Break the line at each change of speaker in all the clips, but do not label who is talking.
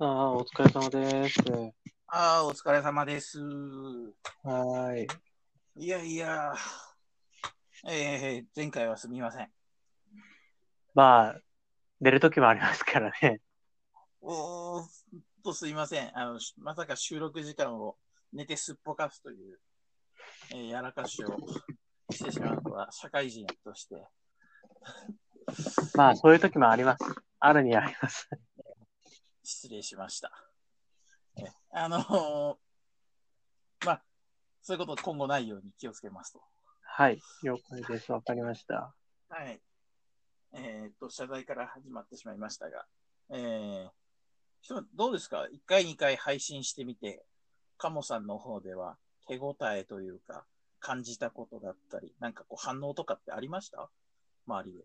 ああ、お疲れ様です。
ああ、お疲れ様です。
はーい。
いやいや、えー、前回はすみません。
まあ、出る時もありますから ね。
おーっとすいません。あの、しまさか収録時間を寝てすっぽかすという、えーやらかしをしてしまうのは、社会人として、
まあ、そういう時もあります。あるにはあります。
失礼しました。えあのーまあ、そういうこと今後ないように気をつけますと。
はい。了解です。わかりました。
はい。えーっと、謝罪から始まってしまいましたが、えー、ひとどうですか ?1 回、2回配信してみて、カモさんの方では手応えというか、感じたことだったり、なんかこう反応とかってありました周りで。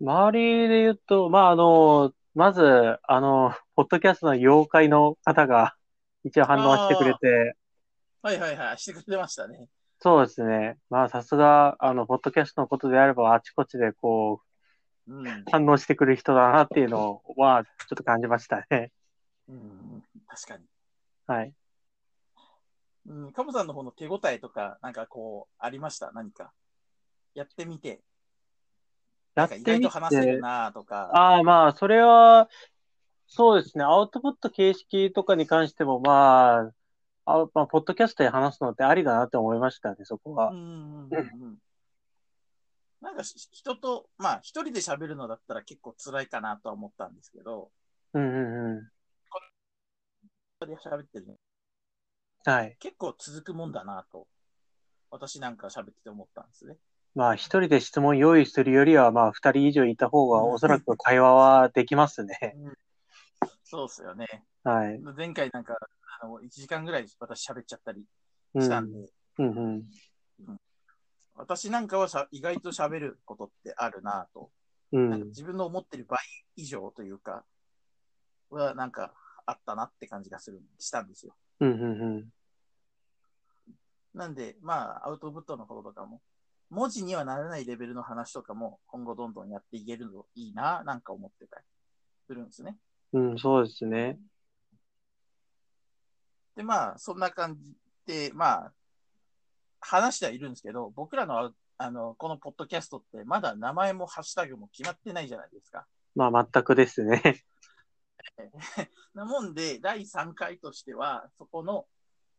周りで言うと、まあ、あの、まず、あの、ポッドキャストの妖怪の方が一応反応はしてくれて、
はいはいはい、してくれてましたね。
そうですね。まあ、さすが、あの、ポッドキャストのことであれば、あちこちでこ
うん
う、。反応してくる人だなっていうのは、ちょっと感じましたね。
うん、確かに。
はい。
うん、カモさんの方の手応えとか、なんかこう、ありました何か。やってみて、
や
な
っ
んか
て
意
み
外と話せ
て
るなとか。
ああ、まあ、それは、そうですね。アウトプット形式とかに関しても、まあ、あ、まあ、ポッドキャストで話すのってありだなって思いましたね、そこは
う。んうんうんうんなんかし人と、まあ一人で喋るのだったら結構辛いかなとは思ったんですけど、
うんうんう
一人で喋ってるの
ん。はい。
結構続くもんだなと、私なんか喋ってて思ったんですね。
まあ、一人で質問用意するよりは、まあ、二人以上いた方が、
うん
おそらく会話はできます ね。
そうですよね。
はい。
前回なんか、あの、1時間ぐらい私喋っちゃったり
う
し
ん。
たんで、
うんうん。
私なんかはしゃ意外と喋ることってあるなと、
う
なんか
ん。
自分の思ってる倍以上というか、はなんかあったなって感じがする、したんですよ。
うんうんうん。
なんで、まあ、アウトプットのこととかも、文字にはならないレベルの話とかも、今後どんどんやっていけるのいいな、なんか思ってたりするんですね。
うん、そうですね。
で、まあ、そんな感じで、まあ、話してはいるんですけど、僕らのアウ、あの、このポッドキャストって、まだ名前もハッシュタグも決まってないじゃないですか。
まあ、全くですね。
なもんで、第3回としては、そこの、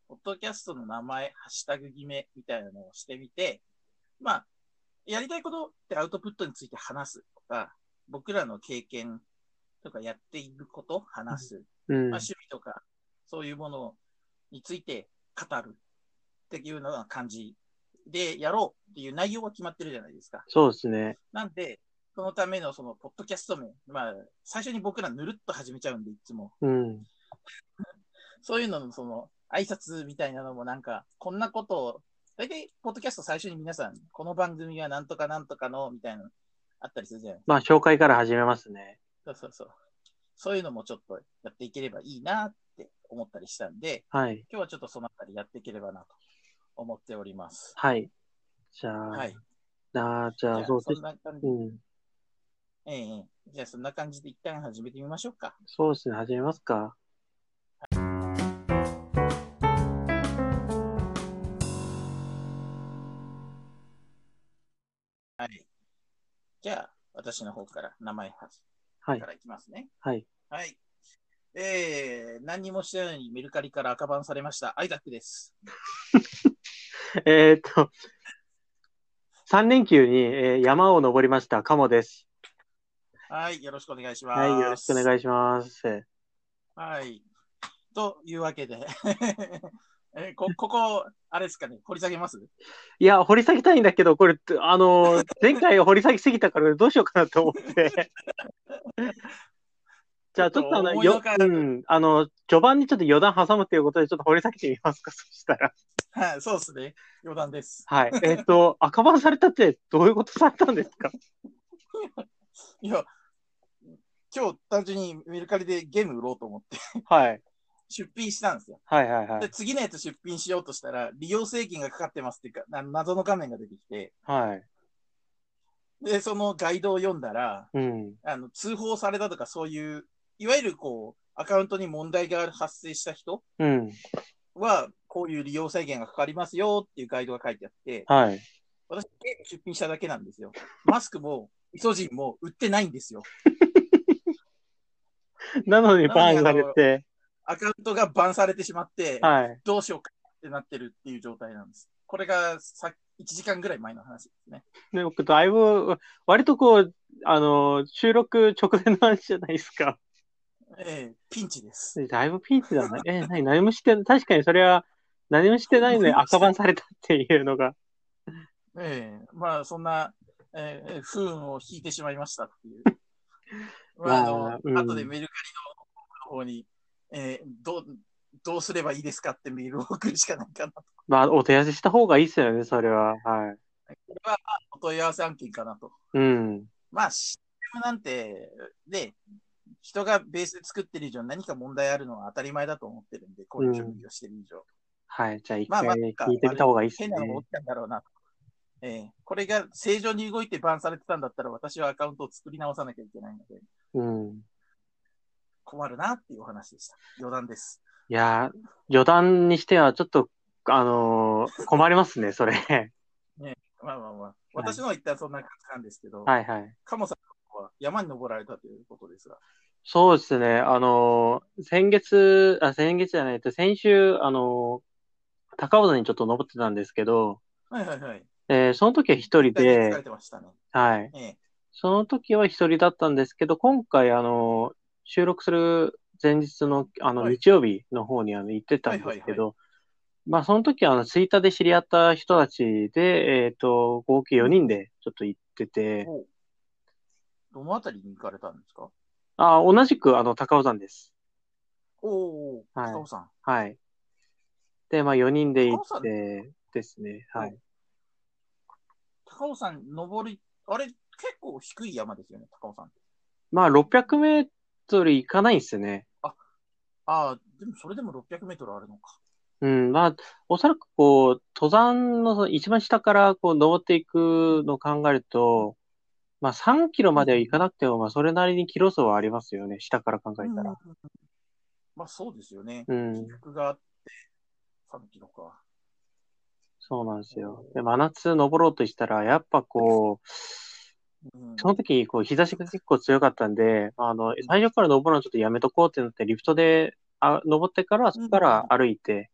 ポッドキャストの名前、ハッシュタグ決めみたいなのをしてみて、まあ、やりたいことってアウトプットについて話すとか、僕らの経験とかやっていること話す、
うん
まあ、。趣味とか、そういうものについて語るっていうような感じでやろうっていう内容が決まってるじゃないですか。
そうですね。
なんで、そのためのその、ポッドキャスト名、まあ、最初に僕らぬるっと始めちゃうんで、いつも。
うん。
そういうのの、その、挨拶みたいなのもなんか、こんなことを、大体、ポッドキャスト最初に皆さん、この番組はなんとかなんとかの、みたいなのあったりするじゃない
まあ、紹介から始めますね。
そうそうそう。そういうのもちょっとやっていければいいなって思ったりしたんで、
はい。
今日はちょっとそのあたりやっていければなと思っております。
はい。じゃあ、
はい。
ああ、じゃ
じゃ
あ、
あ
そう
そ
で
ん
す。
な感じ
う、ん。
ええええじゃあそんな感じで一旦始めてみましょうか。
そうですね、始めますか。
じゃあ、私の方から名前は
はい
か。らいきますね。
はい。
はい。ええ何にもしてないのにメルカリから赤番されました。アイザックです。
えーっと、3連休に、えー山を登りました、カモです。
はい。よろしくお願いします。
はい、よろしくお
い
願いします。
はい。というわけで、 えこ、ここ、あれですかね、掘り下げます
いや、掘り下げたいんだけど、これ、あ の、前回掘り下げすぎたからどうしようかなと思 って。じゃあ、ちょっとあの、
ちょ
よ
っと思いの、
う
ほ
ん、
か
あの、序盤にちょっと余談挟むということで、ちょっと掘り下げてみますか、そしたら。
はい、そうですね。余談で す。
はい。えーっと、赤番されたって、どういうことされたんです か
いや、今日単純にメルカリでゲーム売ろうと思って
はい。
出品したんですよ。
はいはいは
で、
い。
次のやつ出品しようとしたら、利用制限がかかってますっていうか、な謎の画面が出てきて、
はい。
で、そのガイドを読んだら、
うん。
あの通報されたとかそういういわゆるこう、アカウントに問題が発生した人
うん。
は、こういう利用制限がかかりますよっていうガイドが書いてあって、
はい。
私、出品しただけなんですよ。マスクも、イソジンも売ってないんですよ。
なのにバンされて、
アカウントがバンされてしまって、
はい。
どうしようかってなってるっていう状態なんです。これがさ1時間ぐらい前の話ですね。
ね、僕、だいぶ、割とこう、あの、収録直前の話じゃないですか。
ええピンチです。
だいぶピンチだね。 え、何、何もして、確かにそれは、何もしてないのに赤番されたっていうのが。
ええまあそんな、ええ不運を引いてしまいましたっ ていう。まあ、あの、
まあうん
後でメルカリの方に、ええどう、どうすればいいですかってメールを送るしかないかな。
まあ、お手足した方がいいっすよね、それは。はい。
これはお問い合わせ案件かなと。
うん。
まあ CM なんて、で、人がベースで作ってる以上何か問題あるのは当たり前だと思ってるんで、こういう準備をしてる以上。
はい。じゃあ、一
まあ
回ね聞いてみた方がいいっすね
変。なのが起きたんだろうな。ええこれが正常に動いてバンされてたんだったら、私はアカウントを作り直さなきゃいけないので、
うん。
困るなっていうお話でした。余談です。
いやー、余談にしては、ちょっと、あのー困りますね、それ。
まあまあまあ。私のは一旦そんな感じなんですけど、
はいはい。
カモさんは山に登られたということですが。
そうですね。あのー先月、あ、先月じゃないと、先週、あのー高尾山にちょっと登ってたんですけど、
はいはいはい。
えーその時は一人
大変疲
で
れ、てましたね。
はい。
ええ
その時は一人だったんですけど、今回、あのー収録する前日の、あの、
はい
日曜日の方に、あの、行ってたんですけ
はいはい
ど、まあ、その時は、あの、ツイッターで知り合った人たちで、えっと、合計4人でちょっと行ってて、
おどのあたりに行かれたんですか
あ、同じく、あの、高尾山です。
おお、
はい
高尾さん。
はい。で、まあ、4人で行
高尾
っ
山
てですね。はい。
高尾さん、登り、あれ、結構低い山ですよね、高尾さん。
まあ、600メートル行かないんですよね。
ああ、でもそれでも600メートルあるのか。
うん、まあ、おそらくこう、登山のその一番下からこう、登っていくのを考えると、まあ、3キロまでは行かなくても、まあ、それなりにキロ数はありますよね。下から考えたら。
うんまあそうですよね。
うん
起、伏があって、3キロか。
そうなんですよ。で、真夏登ろうとしたら、やっぱこう、
うん
その時、こう、日差しが結構強かったんで、あの、最初から登るのちょっとやめとこうってなって、リフトで、あ、登ってから、そこから歩いて、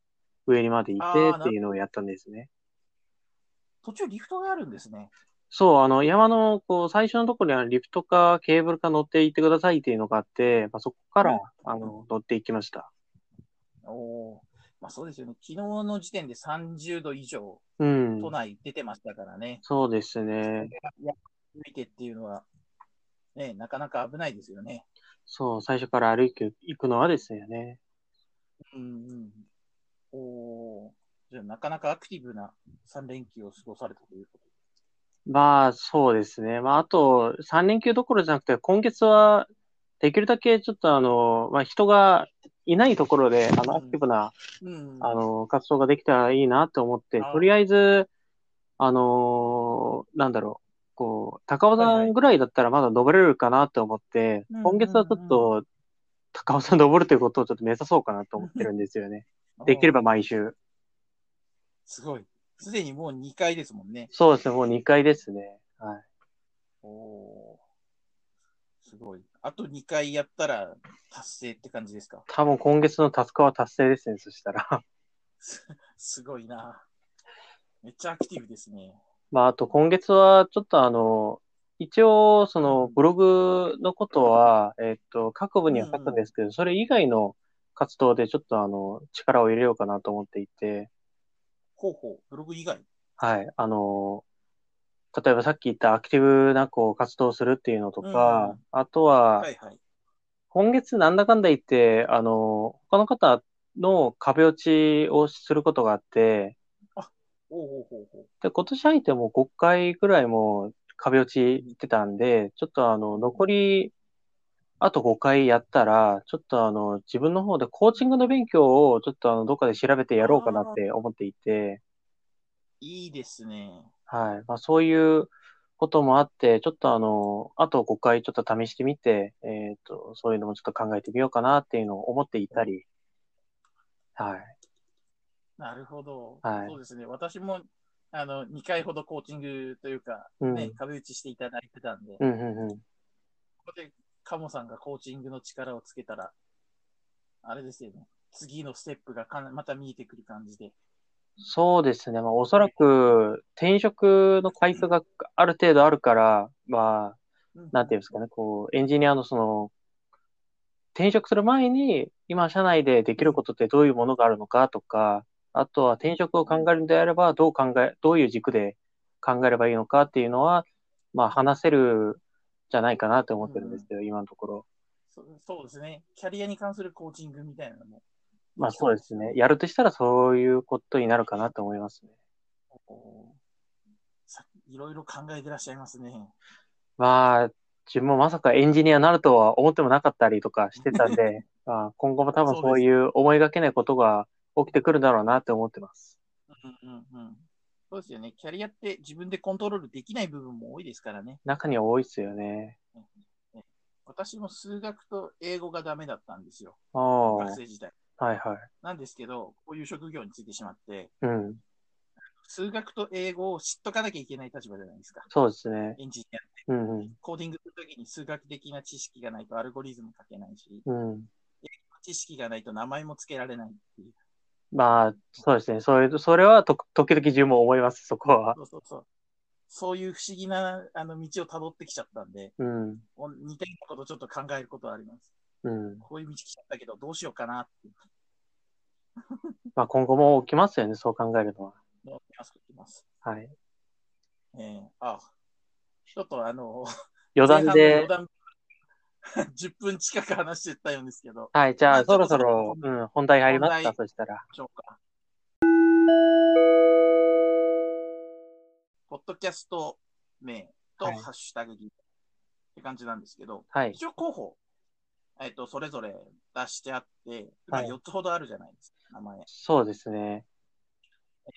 上にまで行
あー
っ
な
てっていうのをやったんですね。
途中リフトがあるんですね。
そう、あの、山の、こう、最初のところにはリフトかケーブルか乗って行ってくださいっていうのがあって、まあ、そこから、あの、乗っていきました。
おおー。まあそうですよね。昨日の時点で30度以上、
うん。
都内出てましたからね。
そうですね。
歩いてっていうのは、ね、なかなか危ないですよね。
そう、最初から歩いて行くのはですよね。
うんうん。おお。じゃあなかなかアクティブな3連休を過ごされたということ。
まあ、そうですね。まあ、あと、3連休どころじゃなくて、今月は、できるだけちょっとあの、まあ、人がいないところで、あ
うん
の、アクティブな、
うん。
あの、活動ができたらいいなと思って
あ、ー
とりあえず、あのーなんだろう、こう、高尾
はいは
山
い
ぐらいだったらまだ登れるかなと思って、
うん
今月はちょっと、高尾山登るということをちょっと目指そうかなと思ってるんですよ ね。できれば毎週。
すごい。すでにもう2回ですもんね。
そうですね、もう2回ですね。はい。
おおー。すごい。あと2回やったら達成って感じですか。
多分今月のタスクは達成ですね、そしたら。
すごいな。めっちゃアクティブですね。
まあ、あと今月は、ちょっとあの、一応、その、ブログのことは、えっと、各部には書くんですけど、それ以外の活動でちょっとあの、力を入れようかなと思っていて、
ほうほう、ブログ以外。
はい、あの、例えばさっき言ったアクティブなこう活動をするっていうのと
うんう
か
ん、
あとは
は、いはい。
今月なんだかんだ言って、あの、他の方の壁落ちをすることがあって、
ほうほうほうほう。
で、今年入ってもう5回ぐらいもう壁落ち行ってたんで、ちょっとあの、残り、あと5回やったら、ちょっとあの、自分の方でコーチングの勉強をちょっとあの、どっかで調べてやろうかなって思っていて、
いいですね。
はい。まあそういうこともあって、ちょっとあの、あと5回ちょっと試してみて、えっ、と、そういうのもちょっと考えてみようかなっていうのを思っていたり、はい。
なるほど。
はい
そうですね。私も、あの、2回ほどコーチングというか、
うん。
ね、壁打ちしていただいてたんで、
うん、うん、うん。
ここで、カモさんがコーチングの力をつけたら、あれですよね。次のステップがかなまた見えてくる感じで。
そうですね。まあ、おそらく、転職の回数がある程度あるから、まあ、
う
なんていうんですかね、こう、エンジニアのその、転職する前に、今、社内でできることってどういうものがあるのかとか、あとは転職を考えるのであれば、どう考え、どういう軸で考えればいいのかっていうのは、まあ、話せるじゃないかなと思ってるんですけど、今のところ。
そそうですね。キャリアに関するコーチングみたいなのも。
まあ、そうですね。やるとしたら、そういうことになるかなと思いますね。
こうさいろいろ考えてらっしゃいますね。
まあ、自分もまさかエンジニアになるとは思ってもなかったりとかしてたん で、まあ、今後も多分そういう思いがけないことが起きてくるだろうなって思ってます。
うんうんうん。そうですよね。キャリアって自分でコントロールできない部分も多いですからね。
中には多いっすよね。
私も数学と英語がダメだったんですよ。
ああ、は
学
い
生時代。
はい。
なんですけど、こういう職業に就いてしまって、
うん、
数学と英語を知っとかなきゃいけない立場じゃないですか。
そうですね。
エンジニア。
うん、うん
コーディングするときに数学的な知識がないとアルゴリズム書けないし、
うん。
知識がないと名前も付けられないっていう。
まあ、そうですね。そういう、それはと、時々自分も思います、そこは。
そうそうそう。そういう不思議なあの道を辿ってきちゃったんで、
うん、
お似たようなことちょっと考えることはあります。
うん。
こういう道来ちゃったけど、どうしようかなっていう
まあ、今後も起きますよね、そう考えるのは。
のを思います。思います
はい。
えーあ、ちょっとあの、
余談で
前、 半の余談10分近く話してたようですけど、
はい、じゃあ、
まあ
そろそろ、うん、本題入りますか、
本
そしたら。
どうしようか。ポッドキャスト名と
はい
ハッシュタグにって感じなんですけど、
はい。
一応候補、えっ、と、それぞれ出してあって、今
はい
4つほどあるじゃないですか、名前。
そうですね。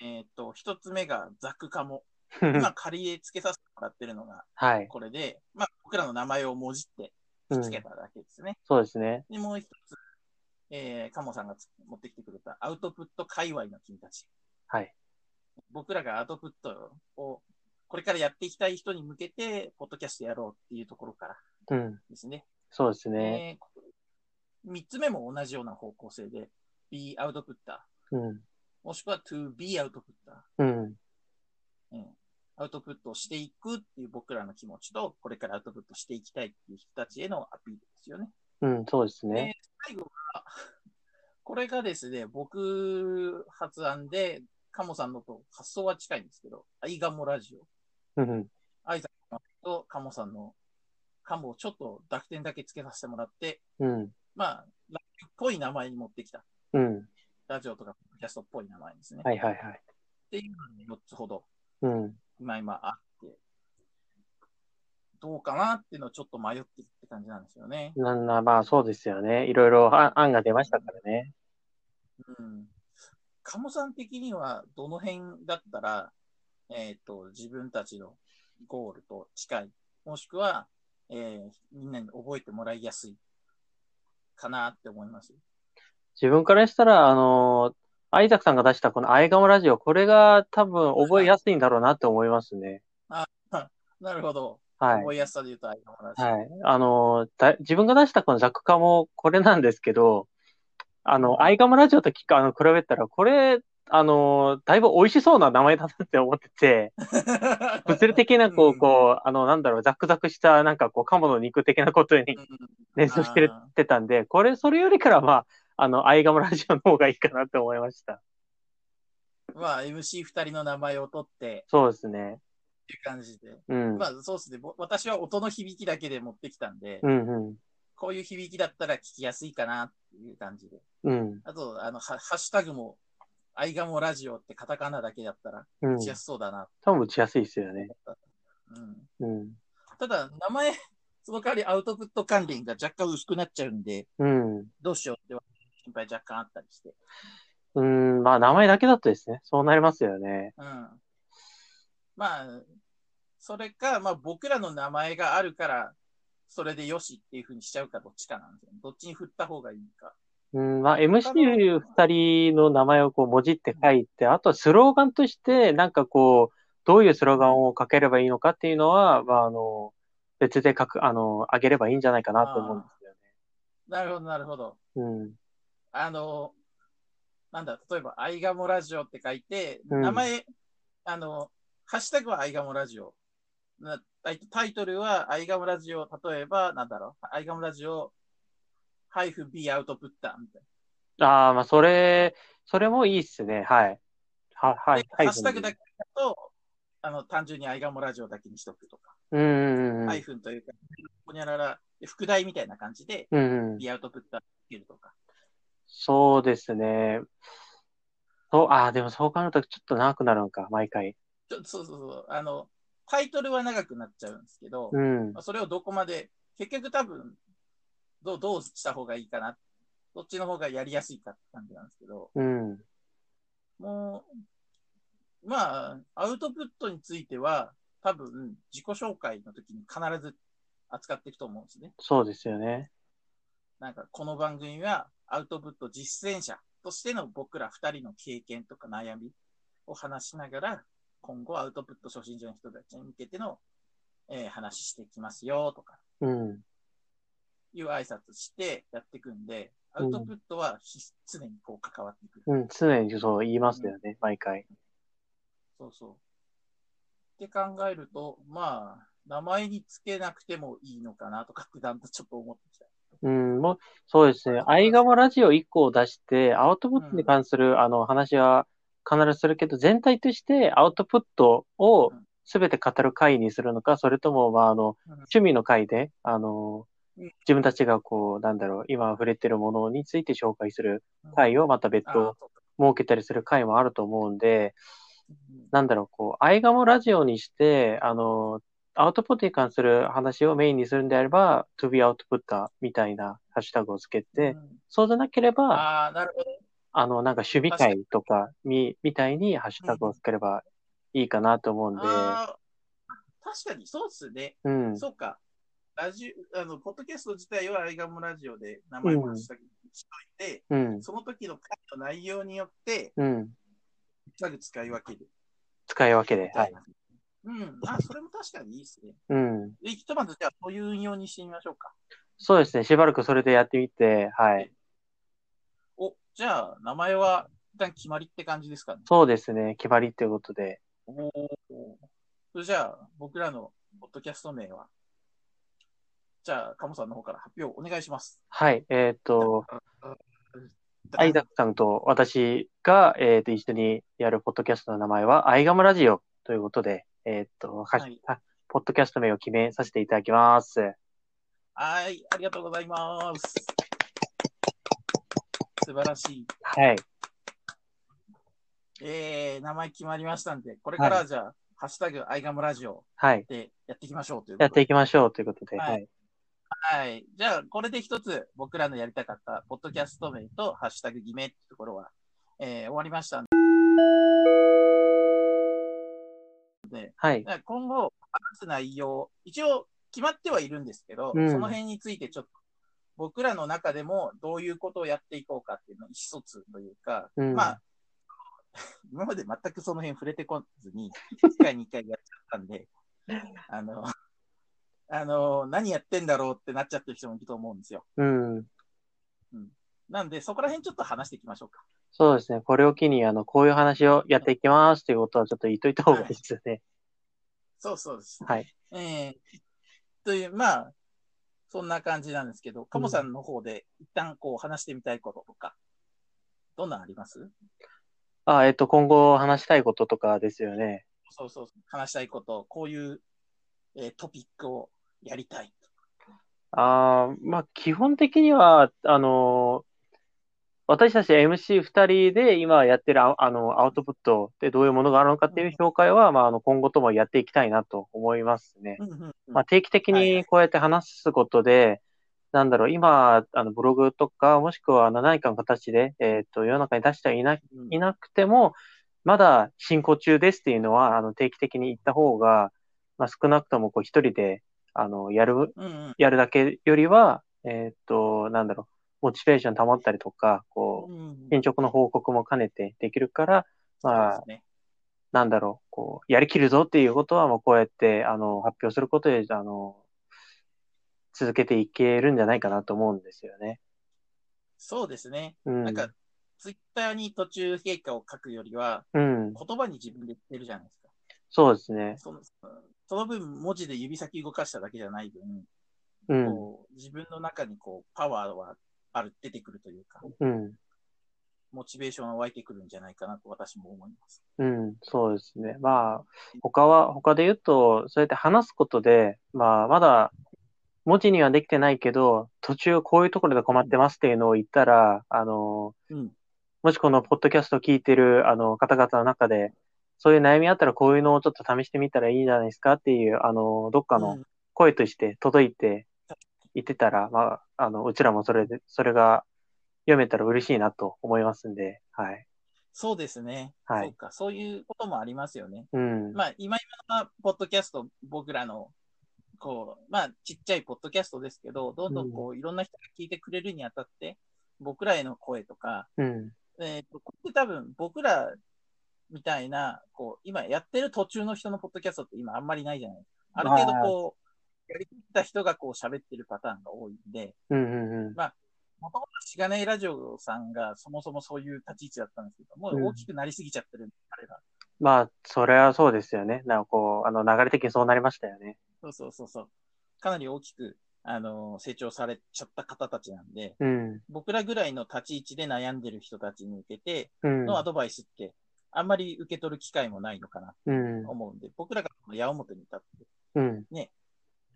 えっ、と、1つ目がザクカモ。今仮で付けさせてもらってるのが
はい。
これで、まあ、僕らの名前をもじって
うん
つけただけですね。
そうですね。
で、もう一つ、えー、カモさんがつ持ってきてくれたアウトプット界隈の君たち。
はい。
僕らがアウトプットを、これからやっていきたい人に向けて、ポッドキャストやろうっていうところから
うん。
ですね。
そうですね。
えーこ三つ目も同じような方向性で、be アウトプッタ
うん。
ー、もしくは to be アウトプッタ
う
ー。
ん。
うんアウトプットをしていくっていう僕らの気持ちと、これからアウトプットしていきたいっていう人たちへのアピールですよね。
うん。そうですね。
最後が、これがですね、僕発案で、カモさんのと発想は近いんですけど、アイガモラジオ
うん。
とカモさんの、カモをちょっと濁点だけつけさせてもらって、
うん。
まあ、ラジオっぽい名前に持ってきた。
うん。
ラジオとかポッドキャストっぽい名前ですね。
はいはいはい。
っていうのが4つほど、
うん。
今今あって、どうかなっていうのをちょっと迷ってるって感じなんですよね。
なんな、まあそうですよね。いろいろ案案が出ましたからね。
うん。カモさん的には、どの辺だったら、えっ、と、自分たちのゴールと近い、もしくは、えーみんなに覚えてもらいやすい、かなって思います。
自分からしたら、あの、アイザクさんが出したこのアイガモラジオ、これが多分覚えやすいんだろうなって思いますね。
なるほど。
はい。
覚えやすさで言うと、あれの話。
はい。あの、だ自分が出したこのザクカもこれなんですけど、あの、アイガモラジオときあの比べたら、これ、あの、だいぶ美味しそうな名前だなって思ってて、 物理的な、こ
うん
う、こう、あの、なんだろう、ザクザクした、なんかこう、鴨の肉的なことに
うんうん
連想してる
あ
ってたんで、これ、それよりからは、まあ、あの、アイガムラジオの方がいいかなって思いました。
ーまあ、MC 二人の名前を取って、
そうですね。
っていう感じで。
うん。
まあ、そうですね。ぼ私は音の響きだけで持ってきたんで、
うんうん。
こういう響きだったら聞きやすいかなっていう感じで。
うん。
あと、あの、ハハッシュタグも、アイガモラジオってカタカナだけだったら、
うん
打。ちやすそうだな。
多分打ちやすいですよね。
うん。
うん。
ただ、名前、その代わりアウトプット関連が若干薄くなっちゃうんで、
うん。
どうしようって心配若干あったりして。
うん。まあ、名前だけだとですね、そうなりますよね。
うん。まあ、それか、まあ僕らの名前があるから、それでよしっていう風にしちゃうかどっちかなんですよね。どっちに振った方がいいか。
うん、まあ、MC2 人の名前をこう、もじって書いて、あとはスローガンとして、なんかこう、どういうスローガンをかければいいのかっていうのは、まあ、あの、別で書く、あの、あげればいいんじゃないかなと思うんですよね。
なるほど、なるほど。
うん。
あの、なんだ、例えば、アイガモラジオって書いて、
うん
名前、あの、ハッシュタグはアイガモラジオ。なタイタイトルは、アイガモラジオ、例えば、なんだろう、アイガモラジオ、ハイフ B アウトプッターみたい
ああ、まあ、それ、それもいいっすね。はい。は、
な。
はい
で、。
は
ハッシュタグだ
け。
けだと、あの、単純にアイガモラジオだけにしとくとか、
うんうんうん。
ハイフンというか、ほにゃらら、で副題みたいな感じで、
うんうん。
B アウトプッターできるとか。
そうですね。そう、ああ、でもそう考えるとちょっと長くなるのか、毎回。
ちょそうそうそう、あの、タイトルは長くなっちゃうんですけど、
うん。
まあそれをどこまで、結局多分、どう、どうした方がいいかな。どっちの方がやりやすいかって感じなんですけど、
うん。
もう、まあ、アウトプットについては、多分、自己紹介の時に必ず扱っていくと思うんですね。
そうですよね。
なんか、この番組は、アウトプット実践者としての僕ら二人の経験とか悩みを話しながら、今後アウトプット初心者の人たちに向けての、えー話していきますよとか、
うん。
いう挨拶してやっていくんで、アウトプットはひ常にこう関わってくる。
うん。常にそう言いますよね、毎回。
そうそう。って考えると、まあ、名前につけなくてもいいのかなとかってだんだんちょっと思ってきた。
うん。もう、そうですね。アイガモラジオ1個を出して、アウトプットに関する、あの、話は必ずするけど、全体としてアウトプットを
うん
全て語る回にするのか、それとも、まあ、あの、趣味の回で、あの、
うん
自分たちがこう、なんだろう、今触れてるものについて紹介する
い。
回をまた別
あ
途
そうか
設けたりする回もあると思うんで、
うん
なんだろう、こう、アイガモラジオにして、あの、アウトプットに関する話をメインにするんであれば、to be outputter みたいなハッシュタグをつけて、
うん
そうじゃなければ、あ
ああ、なるほど。
の、なんか趣味会とかに、みたいにハッシュタグをつければいいかなと思うんで、
あー確かにそうっすね。
うん、
そうか。ラジオ、あの、ポッドキャスト自体はアイガムラジオで名前もしたしといて、
うん、
その時の回の内容によって、
うん、
タグ使い分ける。
使い分けで、はい。
うん。あ、それも確かにいいですね。
うん。
で、ひとまずじゃあ、そういう運用にしてみましょうか。
そうですね。しばらくそれでやってみて、はい。
お、じゃあ、名前は、一旦決まりって感じですかね。
そうですね。決まりということで。
おお。それじゃあ、僕らの、ポッドキャスト名は、じゃあ、カモさんの方から発表お願いします。
はい。えっ、と、
だ
アイザックさんと私が、えっ、と、一緒にやるポッドキャストの名前は、アイガムラジオということで、えっ、と、は
はい
はポッドキャスト名を決めさせていただきます。
はい、ありがとうございます。素晴らしい。
はい。
えー、名前決まりましたんで、これからはじゃあ、ハッシュタグ、アイガムラジオ
はい。
でやっていきましょうという
や
こ
っ
と
て
で
いきましょうということで、
はい
はい。
はい。じゃあ、これで一つ、僕らのやりたかった、ポッドキャスト名と、ハッシュタグ決めってところは、えー終わりましたんで、
はい
じ。ゃあ今後、話す内容、一応、決まってはいるんですけど、
うん
その辺についてちょっと、僕らの中でも、どういうことをやっていこうかっていうのを意思疎通というか、
うん
まあ、今まで全くその辺触れてこずに、1回2回やっちゃったんで、 あの、あの、何やってんだろうってなっちゃってる人もいると思うんですよ。
うん。
なんで、そこら辺ちょっと話していきましょうか。
そうですね。これを機に、あの、こういう話をやっていきますということはちょっと言っといた方がいいですね。
そうそうです。
はい。
えー、という、まあ、そんな感じなんですけど、カモさんの方で一旦こう話してみたいこととか、どんなんあります
あ、えっ、と、今後話したいこととかですよね。
そうそうそう話したいこと、こういう、えートピックをやりたい。
ああ、まあ、基本的には、あのー私たち MC2 人で今やってるあ、あの、アウトプットでどういうものがあるのかっていう紹介は、まあ、あの、今後ともやっていきたいなと思いますね。
うんうんうん
まあ、定期的にこうやって話すことで、なんだろう、今、あの、ブログとか、もしくはあの何かの形で、えっと、世の中に出してはいな
うん
いなくても、まだ進行中ですっていうのは、あの、定期的に言った方が、まあ、少なくともこう一人で、あの、やる、
うんうん。
やるだけよりは、えーっと、なんだろう、モチベーション保ったりとか、こ
うんうん
う、進捗の報告も兼ねてできるから、ま
そう
あ
で、すね
なんだろう、こう、やりきるぞっていうことは、もうこうやって、あの、発表することで、あの、続けていけるんじゃないかなと思うんですよね。
そうですね。
うん。
なんか、ツイッターに途中経過を書くよりは、
うん。
言葉に自分で言ってるじゃないですか。
そうですね。
そのその分、文字で指先動かしただけじゃない分、
うん。
こう自分の中にこうパワーはある出てくるというか、
うん。
モチベーションが湧いてくるんじゃないかなと私も思います。
うん、そうですね。まあ、他は、他で言うと、そうやって話すことで、まあ、まだ、文字にはできてないけど、途中こういうところで困ってますっていうのを言ったら、あの、
うん。
もしこのポッドキャストを聞いてる、あの、方々の中で、そういう悩みあったらこういうのをちょっと試してみたらいいんじゃないですかっていう、あの、どっか
う
の
ん
声として届いて、いてたら、まあ、あの、うちらもそれで、それが読めたら嬉しいなと思いますんで、はい。
そうですね。
はい
そうか。そういうこともありますよね。
うん。
まあ、今今のポッドキャスト、僕らの、こう、まあ、ちっちゃいポッドキャストですけど、どんどんこう、いろんな人が聞いてくれるにあたって、僕らへの声とか、
うん。
えっ、と、これって多分僕らみたいな、こう、今やってる途中の人のポッドキャストって今あんまりないじゃないですか。ある程度こう、やりきった人がこう喋ってるパターンが多いんで、
うん。うん。うん。
もともとしがないラジオさんがそもそもそういう立ち位置だったんですけど、も
うん
う大きくなりすぎちゃってるんで、彼ら。
まあ、それはそうですよね。なんかこう、あの、流れ的にそうなりましたよね。
そうそうそうそう。かなり大きく、あのー成長されちゃった方たちなんで、
うん。
僕らぐらいの立ち位置で悩んでる人たちに向けて
うん。
のアドバイスって、あんまり受け取る機会もないのかな
うん
と。思うんで、僕らがこの矢面に立って、
うん。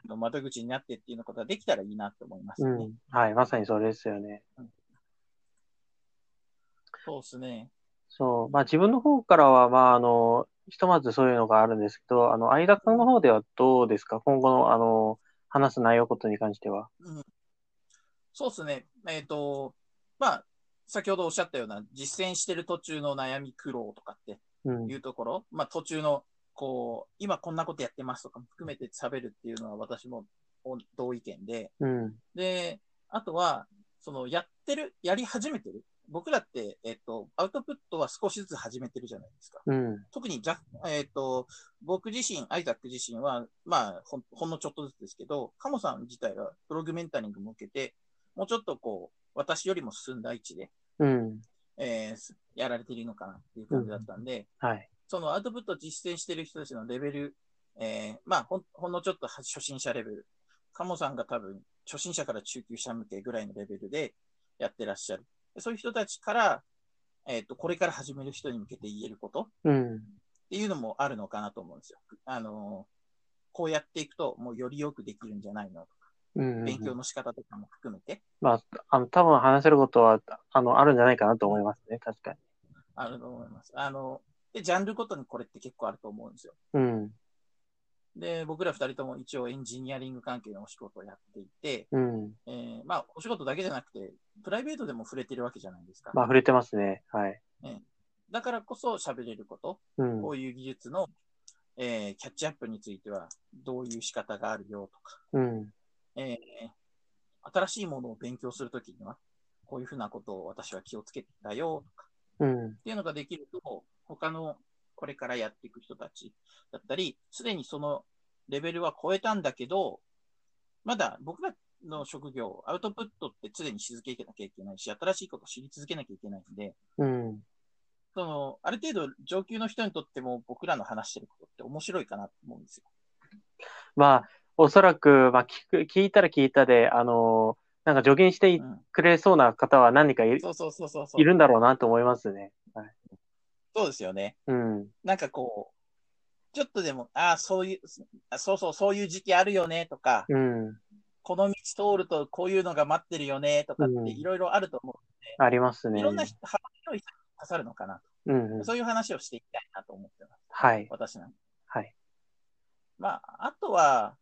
の窓口になってっていうのことができたらいいなと思います
う
ね。
ん。はい。まさにそれですよね。
そうですね。
そう。まあ、自分の方からは、まあ、あの、ひとまずそういうのがあるんですけど、あの、相田君の方ではどうですか今後の、あの、話す内容ことに関しては。
そうですね。えっ、と、まあ、先ほどおっしゃったような実践してる途中の悩み苦労とかって
うん
い。うところ、まあ途中の、こう、今こんなことやってますとかも含めて喋るっていうのは私も同意見で、
うん。
で、あとは、そのやってる、やり始めてる。僕らって、えっ、と、アウトプットは少しずつ始めてるじゃないですか。
うん。
特にざ、えっ、と、僕自身、アイザック自身は、まあほん、ほんのちょっとずつですけど、カモさん自体はプログメンタリングも受けて、もうちょっとこう、私よりも進んだ位置で、
うん。
えーやられているのかなっていう感じだったんで、
はい。
そのアウトプットを実践している人たちのレベル、えーまあほん、ほんのちょっと初心者レベル、カモさんが多分初心者から中級者向けぐらいのレベルでやってらっしゃる。でそういう人たちから、えっ、と、これから始める人に向けて言えることっ
うん。
ていうのもあるのかなと思うんですよ。あのーこうやっていくと、もうよりよくできるんじゃないのとか、
うん。
勉強の仕方とかも含めて、
まあ、あの、多分話せることは、あの、あるんじゃないかなと思いますね。確かに。
あると思います。あので、ジャンルごとにこれって結構あると思うんですよ。
うん。
で、僕ら二人とも一応エンジニアリング関係のお仕事をやっていて、
うん。
えーまあ、お仕事だけじゃなくて、プライベートでも触れてるわけじゃないですか。
まあ、触れてますね。はい。
だからこそ喋れること、
うん
こ。ういう技術の、えーキャッチアップについては、どういう仕方があるよとか、
うん。
えー新しいものを勉強するときには、こういうふうなことを私は気をつけてたよとか
うん。
っていうのができると、他のこれからやっていく人たちだったり、すでにそのレベルは超えたんだけど、まだ僕らの職業、アウトプットって常にし続けなきゃいけないし、新しいことを知り続けなきゃいけないんで、
うん。
その、ある程度上級の人にとっても僕らの話してることって面白いかなと思うんですよ。
まあ、おそらく、まあ、聞く、聞いたら聞いたで、あのーなんか助言して
うん、
くれそうな方は何人かいる
そうそうそうそうそう。
いるんだろうなと思いますね。はい。
そうですよね。
うん。
なんかこう、ちょっとでも、ああ、そういう、あそうそう、そういう時期あるよねとか、
うん。
この道通るとこういうのが待ってるよねとかっ
うん
ていろいろあると思
あります
う。
ね。
いろんな人、幅広い人に刺さるのかな
うんうん。
そういう話をしていきたいなと思ってます。
はい。
私なんか。
はい。
まあ、あとは、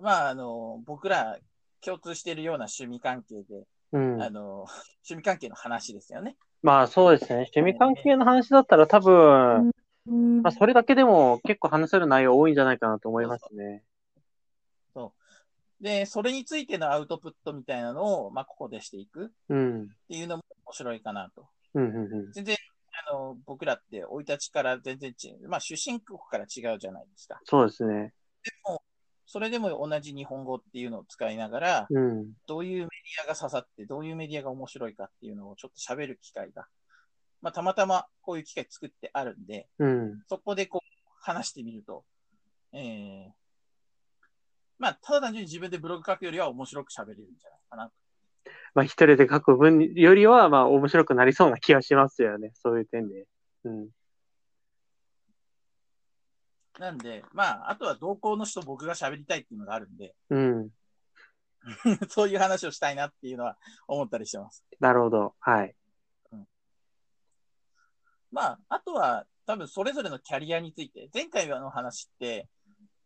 まあ、あの、僕ら共通しているような趣味関係で、
うん
あ。の、 趣味関係の話ですよね。
まあ、そうですね。趣味関係の話だったら多分、
うん
まあ、それだけでも結構話せる内容多いんじゃないかなと思いますね。
で、それについてのアウトプットみたいなのを、まあ、ここでしていくっ
うん。うん
ていうのも面白いかなと。
うんうん。
全然、あの、僕らって生い立ちから全然違う。まあ、出身国から違うじゃないですか。
そうですね。
それでも同じ日本語っていうのを使いながら、
うん。
どういうメディアが刺さって、どういうメディアが面白いかっていうのをちょっと喋る機会が、まあ、たまたまこういう機会作ってあるんで、
うん。
そこでこう話してみると、ええまあ、ただ単純に自分でブログ書くよりは面白く喋れるんじゃないかな。
まあ、一人で書く分よりは、まあ、面白くなりそうな気はしますよね。そういう点で。うん。
なんで、まあ、あとは同行の人僕が喋りたいっていうのがあるんで、
うん。
そういう話をしたいなっていうのは思ったりしてます。
なるほど。はい。
まあ、あとは多分それぞれのキャリアについて、前回の話って、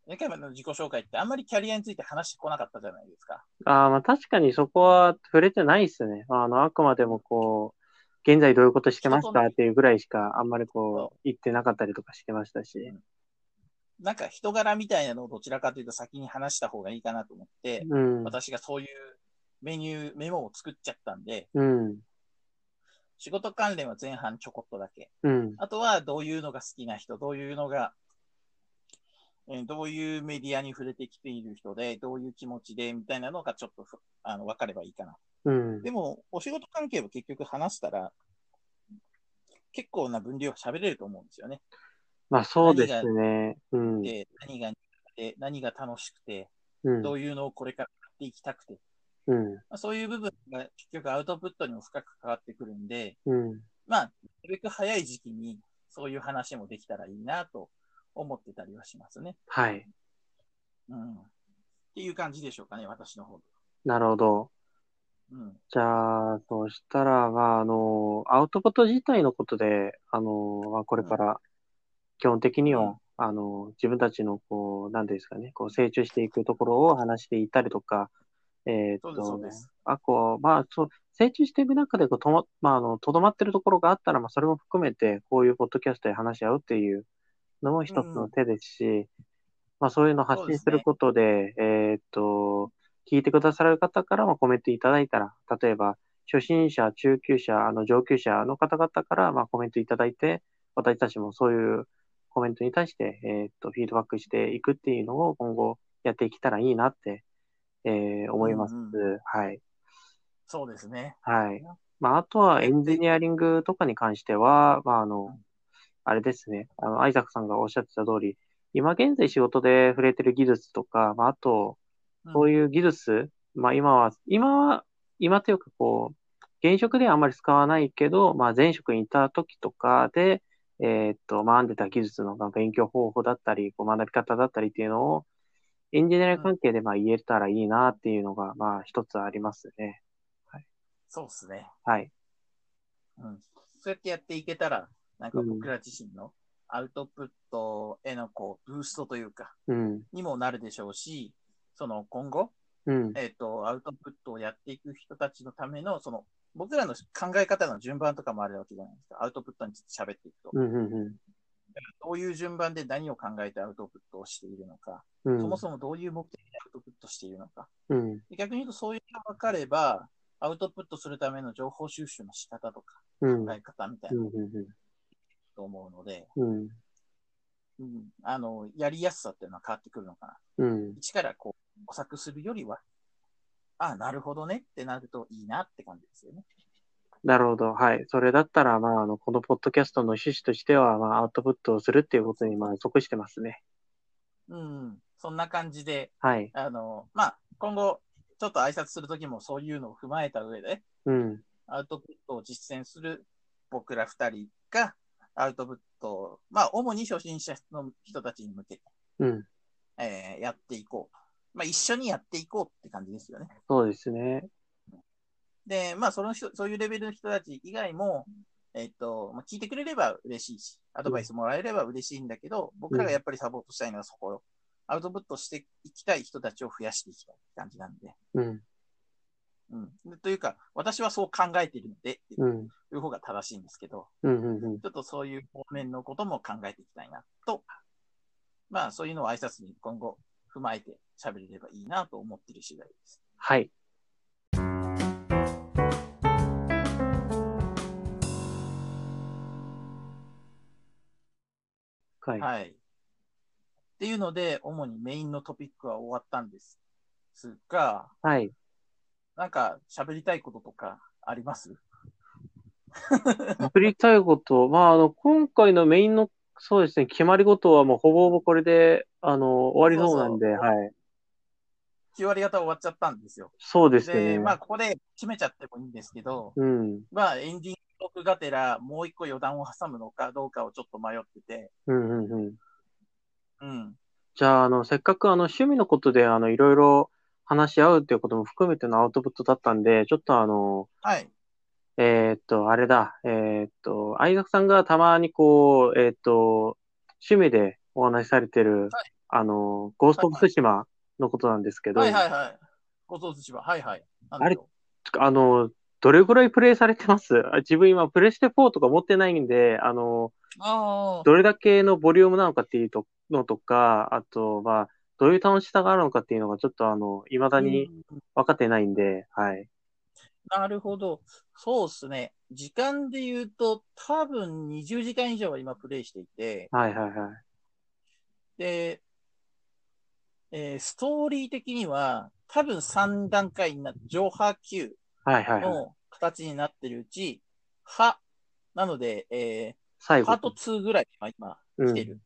前回までの自己紹介ってあんまりキャリアについて話してこなかったじゃないですか。
ああ、まあ確かにそこは触れてないですね。あの、あくまでもこう、現在どういうことしてますかっていうぐらいしかあんまりこう、言ってなかったりとかしてましたし。
なんか人柄みたいなのをどちらかというと先に話した方がいいかなと思って、
うん。
私がそういうメニュー、メモを作っちゃったんで、
うん。
仕事関連は前半ちょこっとだけ。
うん。
あとはどういうのが好きな人、どういうのが、えーどういうメディアに触れてきている人で、どういう気持ちで、みたいなのがちょっとふあの分かればいいかな。
うん。
でも、お仕事関係を結局話したら、結構な分量喋れると思うんですよね。
まあそうですね。うん。
で、何が苦手、何が楽しくて、
うん。
どういうのをこれからやっていきたくて、
うん。
まあ、そういう部分が結局アウトプットにも深く関わってくるんで、
うん。
まあ、なるべく早い時期にそういう話もできたらいいなと思ってたりはしますね。
はい。
うん。っていう感じでしょうかね、私の方で。
なるほど。
うん。
じゃあ、そうしたら、まあ、あの、アウトプット自体のことで、あの、まあ、これから、基本的に
うん
は、あの、自分たちの、こう、なんていうんですかね、こう、成長していくところを話していったりとか、えーっ
そうです、
と
そうで、す。
あ、こう、まあ、そう、成長していく中で、こう、とも、まあ、あの、とどまってるところがあったら、まあ、それも含めて、こういうポッドキャストで話し合うっていうのも一つの手ですし、まあ、そういうのを発信することで、えーっと、聞いてくださる方からもコメントいただいたら、例えば、初心者、中級者、あの、上級者の方々から、まあ、コメントいただいて、私たちもそういうコメントに対して、えーっと、フィードバックしていくっていうのを今後やっていけたらいいなって、えー思います。
うん
はい。
そうですね。
はい。まあ、あとはエンジニアリングとかに関しては、まあ、あの、あれですね。あの、アイザックさんがおっしゃってた通り、今現在仕事で触れてる技術とか、まあ、あと、そういう技術、まあ、今は、今は、今というか、こう、現職ではあんまり使わないけど、まあ、前職にいた時とかで、えーっと、学んでた技術のまあ勉強方法だったり、こう学び方だったりっていうのを、エンジニア関係でまあ言えたらいいなっていうのが、まあ、一つありますね。
そうですね。
はい。
うん。そうやってやっていけたら、なんか僕ら自身のアウトプットへのこう、ブーストというか、
うん、
にもなるでしょうし、その今後、
うん、
えっ、と、アウトプットをやっていく人たちのための、その、僕らの考え方の順番とかもあるわけじゃないですか。アウトプットについて喋っていくと。
うん、うん、
どういう順番で何を考えてアウトプットをしているのか、
うん、
そもそもどういう目的でアウトプットしているのか。
うん、
で逆に言うと、そういうのが分かれば、アウトプットするための情報収集の仕方とか、
うん、うん
考、え方みたいな
う
の
ん、うん、
と思うので、
うん、
うん、あの、やりやすさっていうのは変わってくるのかな。
うん、
一からこう、模索するよりは、ああ、なるほどねってなるといいなって感じですよね。
なるほど。はい。それだったら、まあ、あの、このポッドキャストの趣旨としては、まあ、アウトプットをするっていうことに、まあ、即してますね。
うん、そんな感じで、
はい。
あの、まあ、今後、ちょっと挨拶するときもそういうのを踏まえた上で、
うん、
アウトプットを実践する僕ら二人が、アウトプットを、まあ、主に初心者の人たちに向けて、
うん、
えーやっていこう。まあ、一緒にやっていこうって感じですよね。
そうですね。
で、まあ、その人、そういうレベルの人たち以外も、えっと、まあ、聞いてくれれば嬉しいし、アドバイスもらえれば嬉しいんだけど、僕らがやっぱりサポートしたいのはそこよ。アウトプットしていきたい人たちを増やしていきたいって感じなんで。
うん、
うん。というか、私はそう考えているので、
うん、
いうる方が正しいんですけど、
うんうんうん。
ちょっとそういう方面のことも考えていきたいなと、まあそういうのを挨拶に今後踏まえて喋れればいいなと思ってる次第です。
はい。はい。
はい。っていうので、主にメインのトピックは終わったんですが、
はい。
なんか喋りたいこととかあります
作りたいこと、まあ、あの、今回のメインの、そうですね、決まり事はもうほぼほぼこれで、あの、終わりそうなんで、
そうそう
はい。
?9 割方終わっちゃったんですよ。
そうです
で、
ね。
まあここで決めちゃってもいいんですけど、
うん。
まあエンディングトークがてらもう一個余談を挟むのかどうかをちょっと迷ってて、
うんうんうん。
うん。
じゃあ、あの、せっかくあの、趣味のことで、あの、いろいろ話し合うっていうことも含めてのアウトプットだったんで、ちょっとあの、
はい。
えーっと、あれだ、えーっと、相沢さんがたまにこう、えーっと、趣味でお話しされてる、あの、ゴースト・オブ・ツシマのことなんですけど、
はいはいはい。ご存知は、はいはい。なんだろ
あの、どれぐらいプレイされてます あ自分今、プレステ4とか持ってないんで、あの、
うああ。
どれだけのボリュームなのかっていうとのとか、あと、まあ、どういう楽しさがあるのかっていうのが、ちょっとあの、未だに
うん
分かってないんで、はい。
なるほど。そうですね。時間で言うと、多分20時間以上は今プレイしていて、
はいはいはい。
で、えーストーリー的には、多分3段階になって、上波級
はいはいはい。
の形になってるうち、は、なので、え
最
ー、
後。
パート2ぐらいが今、
う
来
ん
てる。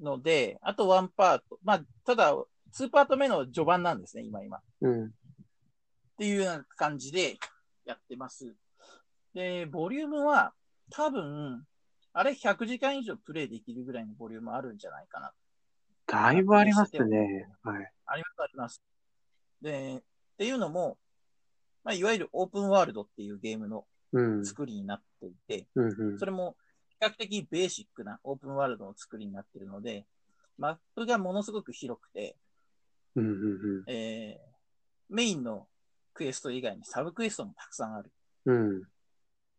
ので、あと1パート。まあ、ただ、2パート目の序盤なんですね、今今。
うん。
っていうような感じでやってます。で、ボリュームは多分、あれ100時間以上プレイできるぐらいのボリュームあるんじゃないかな。
だいぶありますね。はい。
あります、あります。で、っていうのも、まあ、いわゆるオープンワールドっていうゲームの
うん。
作りになっていて、
うんうん
それも比較的ベーシックなオープンワールドの作りになっているので、マップがものすごく広くて、
うんうん
えーメインのクエスト以外にサブクエストもたくさんある。
うん。うん。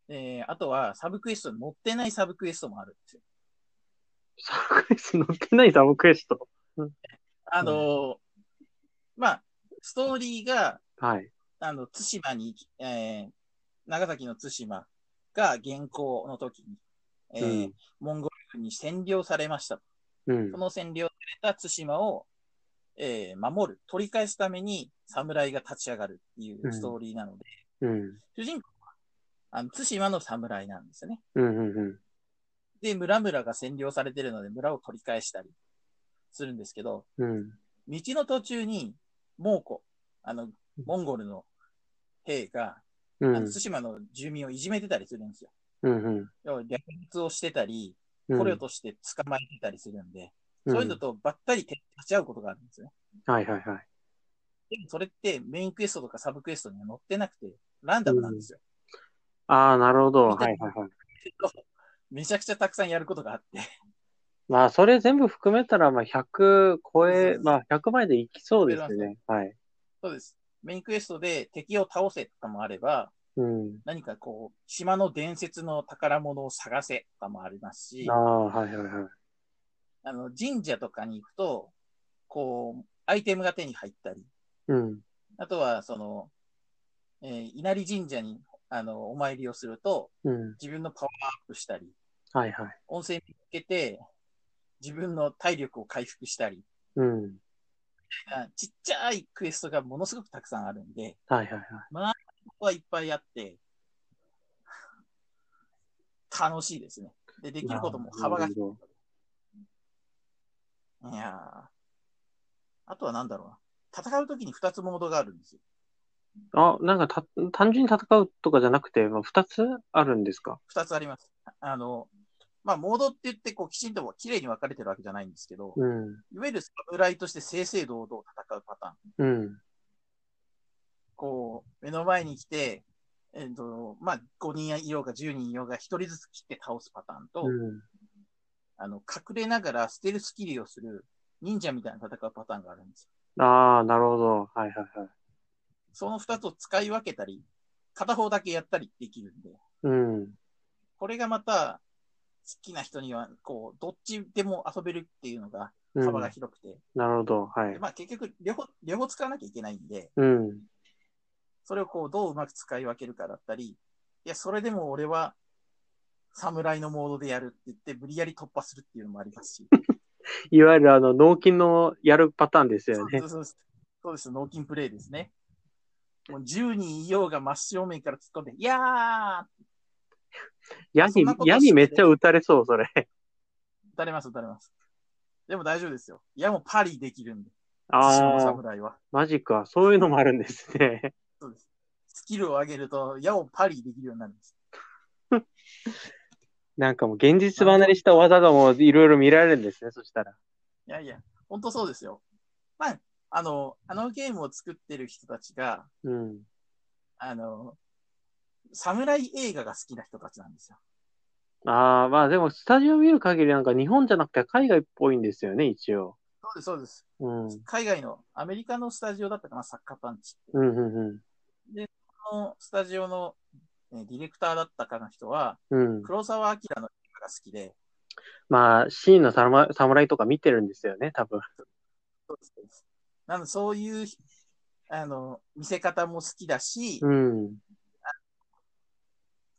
えー、あとは、サブクエストに載ってないサブクエストもあるんですよ。
サブクエスト乗ってないサブクエスト。
あのーまあ、ストーリーが、
はい。
あの、津島に、えー、長崎の津島が現行の時に、えー
うん
モンゴル軍に占領されました。
うん
そ。の占領された津島を、えー守る、取り返すために侍が立ち上がるっていうストーリーなので、
うん。
主人公は、あの、津島の侍なんですよね。
うんうんうん。
で、村々が占領されてるので村を取り返したりするんですけど、
うん。
道の途中に、蒙古、あの、モンゴルの兵が、
う
あ
ん。
の、対馬の住民をいじめてたりするんですよ。
うんうん。
要は、略奪をしてたり、
うん
捕虜として捕まえてたりするんで、
うん
そういうのとばったり立ち会うことがあるんですよね。
はいはいはい。
でもそれってメインクエストとかサブクエストには載ってなくて、ランダムなんですよ。
ああ、なるほど。
見て
はいはいはい。
めちゃくちゃたくさんやることがあって。
まあ、それ全部含めたら、まあ、100超え、
そうそうそう
まあ、100までいきそうですね。はい。
そうです。メインクエストで敵を倒せとかもあれば、
うん。
何かこう、島の伝説の宝物を探せとかもありますし
あ、あ、はいはいはい。
あの、神社とかに行くと、こう、アイテムが手に入ったり、
うん。
あとは、その、えー稲荷神社に、あの、お参りをすると、
うん。
自分のパワーアップしたり、
はいはい。
温泉につけて、自分の体力を回復したり、
うん。
あちっちゃいクエストがものすごくたくさんあるんで、
はいはいはい。
ここはいっぱいあって、楽しいですね。で、できることも幅
な
が
るほ
いやーあとはなんだろうな。戦うときに二つモードがあるんですよ。
ど。あ、なんかた、単純に戦うとかじゃなくて、まあ、2つあるんですか
二つあります。あの、まあ、モードって言って、こう、きちんと綺麗に分かれてるわけじゃないんですけど、
うん。
いわゆる侍として正々堂々戦うパターン。
うん。
こう、目の前に来て、えっ、と、まあ、5人いようが10人いようが1人ずつ切って倒すパターンと、
うん。
あの、隠れながらステルスキルをする忍者みたいな戦うパターンがあるんですよ。
ああ、なるほど。はいはいはい。
その二つを使い分けたり、片方だけやったりできるんで、
うん。
これがまた、好きな人には、こう、どっちでも遊べるっていうのが、
うん
幅が広くて、
なるほど。はい
で。まあ結局、両方、両方使わなきゃいけないんで、
うん。
それをこう、どううまく使い分けるかだったり、いや、それでも俺は、侍のモードでやるって言って、無理やり突破するっていうのもありますし、
いわゆるあの、脳筋のやるパターンですよね
そ。うそうそうそうです、脳筋プレイですね。もう10人いようが真正面から突っ込んで、いやー
矢
そん
に
なこ、と
矢にめっちゃ打たれそう、 それ。
打たれます、打たれます。でも大丈夫ですよ。いや、もうパリできるんで、白の
ああ、
侍は。
マジか。そういうのもあるんです ね。
そうです。スキルを上げると、矢をパリできるようになるんです。
なんかもう現実離れした技がもういろいろ見られるんですね、そしたら。
いやいや、ほんとそうですよ。まあ、あの、あのゲームを作ってる人たちが、
うん。
あの、侍映画が好きな人たちなんですよ。
ああ、まあでも、スタジオ見る限りなんか日本じゃなくて海外っぽいんですよね、一応。
そうです、そうです。
うん。うん、
海外の、アメリカのスタジオだったかな、サッカーパンチって。
うん、
このスタジオの、ねディレクターだったかの人は、
うん。うん。
黒沢明の映画が好きで、
まあ、シーンのサム侍とか見てるんですよね、多分。
そうですそうです。なので、そういう、あの、見せ方も好きだし、
うん。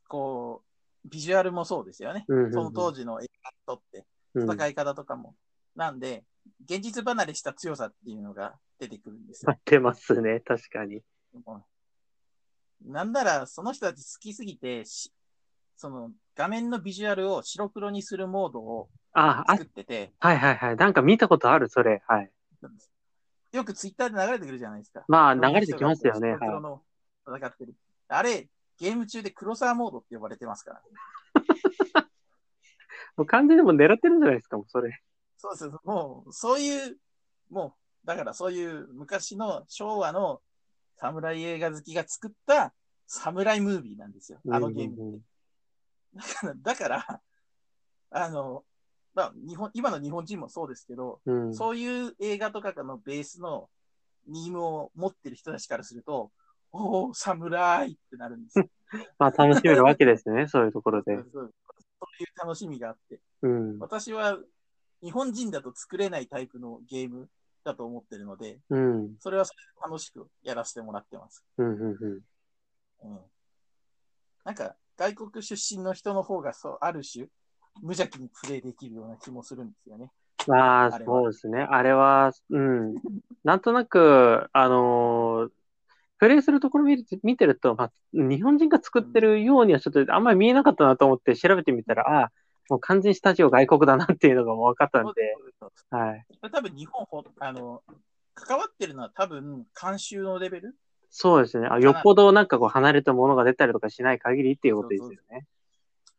こう、ビジュアルもそうですよね。
うんうんうん
その当時の映画にとって、
うん。
戦い方とかも。なんで、現実離れした強さっていうのが出てくるんです
合
よ
っ。てますね、確かに。
もうなんなら、その人たち好きすぎて、しその画面のビジュアルを白黒にするモードを
ああ
作、ってて、
はいはいはい。なんか見たことある、それ。はい。
よくツイッターで流れてくるじゃないですか。
まあ、流れてきますよね。
白黒
は
の戦ってる。あれ、ゲーム中で黒沢モードって呼ばれてますから。
い。もう完全にもう狙ってるんじゃないですか、もうそれ。
そうです。もう、そういう、もう、だからそういう昔の昭和の侍映画好きが作った侍ムービーなんですよ。あのゲームって。
うんうんうん
だから、あの、まあ、日本、今の日本人もそうですけど、
うん。
そういう映画とかのベースのニームを持ってる人たちからすると、おお、侍ってなるんですよ。
まあ、楽しめるわけです ね、そういうところ
そ
で
う。そうそういう楽しみがあって。
うん。
私は日本人だと作れないタイプのゲームだと思ってるので、
うん。
それはそれで楽しくやらせてもらってます。
うん、うん、うん。
うん。なんか、外国出身の人の方が、そう、ある種、無邪気にプレイできるような気もするんですよね。
まあ、
あれは
そうですね。あれは、うん。なんとなく、あのープレイするところ見る見てると、まあ、日本人が作ってるようにはちょっとあんまり見えなかったなと思って調べてみたら、ああ、もう完全にスタジオ外国だなっていうのがもう分かったんで、
そうそう
はい。
そう多分日本ほ、あの、関わってるのは多分、監修のレベル
そうですね。あ、よっぽどなんかこう離れたものが出たりとかしない限りっていうことですよね。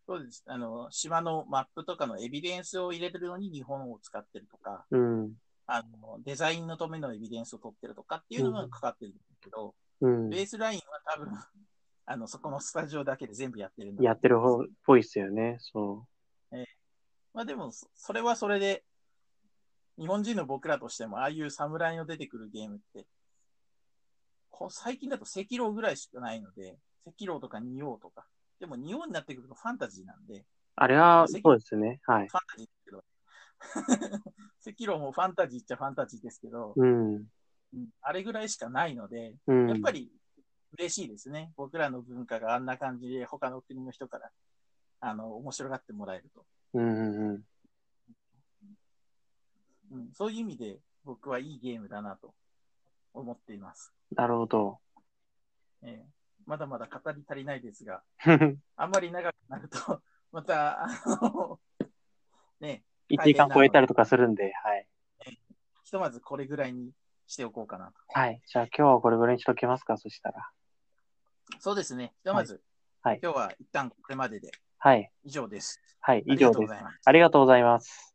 そうです。あの、島のマップとかのエビデンスを入れてるのに日本を使ってるとか、
うん。
あの、デザインのためのエビデンスを取ってるとかっていうのがかかってるんですけど、
うん。
ベースラインは多分、 あの、そこのスタジオだけで全部やってるんだと思い
や
ます
ってる方っぽいですよね。そ
まあでも、そそれはそれで、日本人の僕らとしても、ああいう侍の出てくるゲームって、こう最近だと赤狼ぐらいしかないので、赤狼とか仁王とか。でも仁王になってくるとファンタジーなんで、
う。あれは、そうですね。はい。
ファンタジーですけど。 赤狼もファンタジーっちゃファンタジーですけど、
うん。
あれぐらいしかないので、
うん。
やっぱり嬉しいですね。僕らの文化があんな感じで他の国の人から、あの、面白がってもらえると。
うんうんうん。
うん、そういう意味で僕はいいゲームだなと思っています。
なるほ ど。
えーまだまだ語り足りないですが、あんまり長くなると、 また、あの、 ね、
1時間超えたりとかするんで、はい。
ひとまずこれぐらいにしておこうかな
はい。じゃあ今日はこれぐらいにしときますか、そしたら。
と。そうですね、ひとまず、
はいはい
今日は一旦これまでで
はい。
以上です。
はい。
あ
以
りが
上
とう
で
ご
す
ざ。います。
ありがとうございます。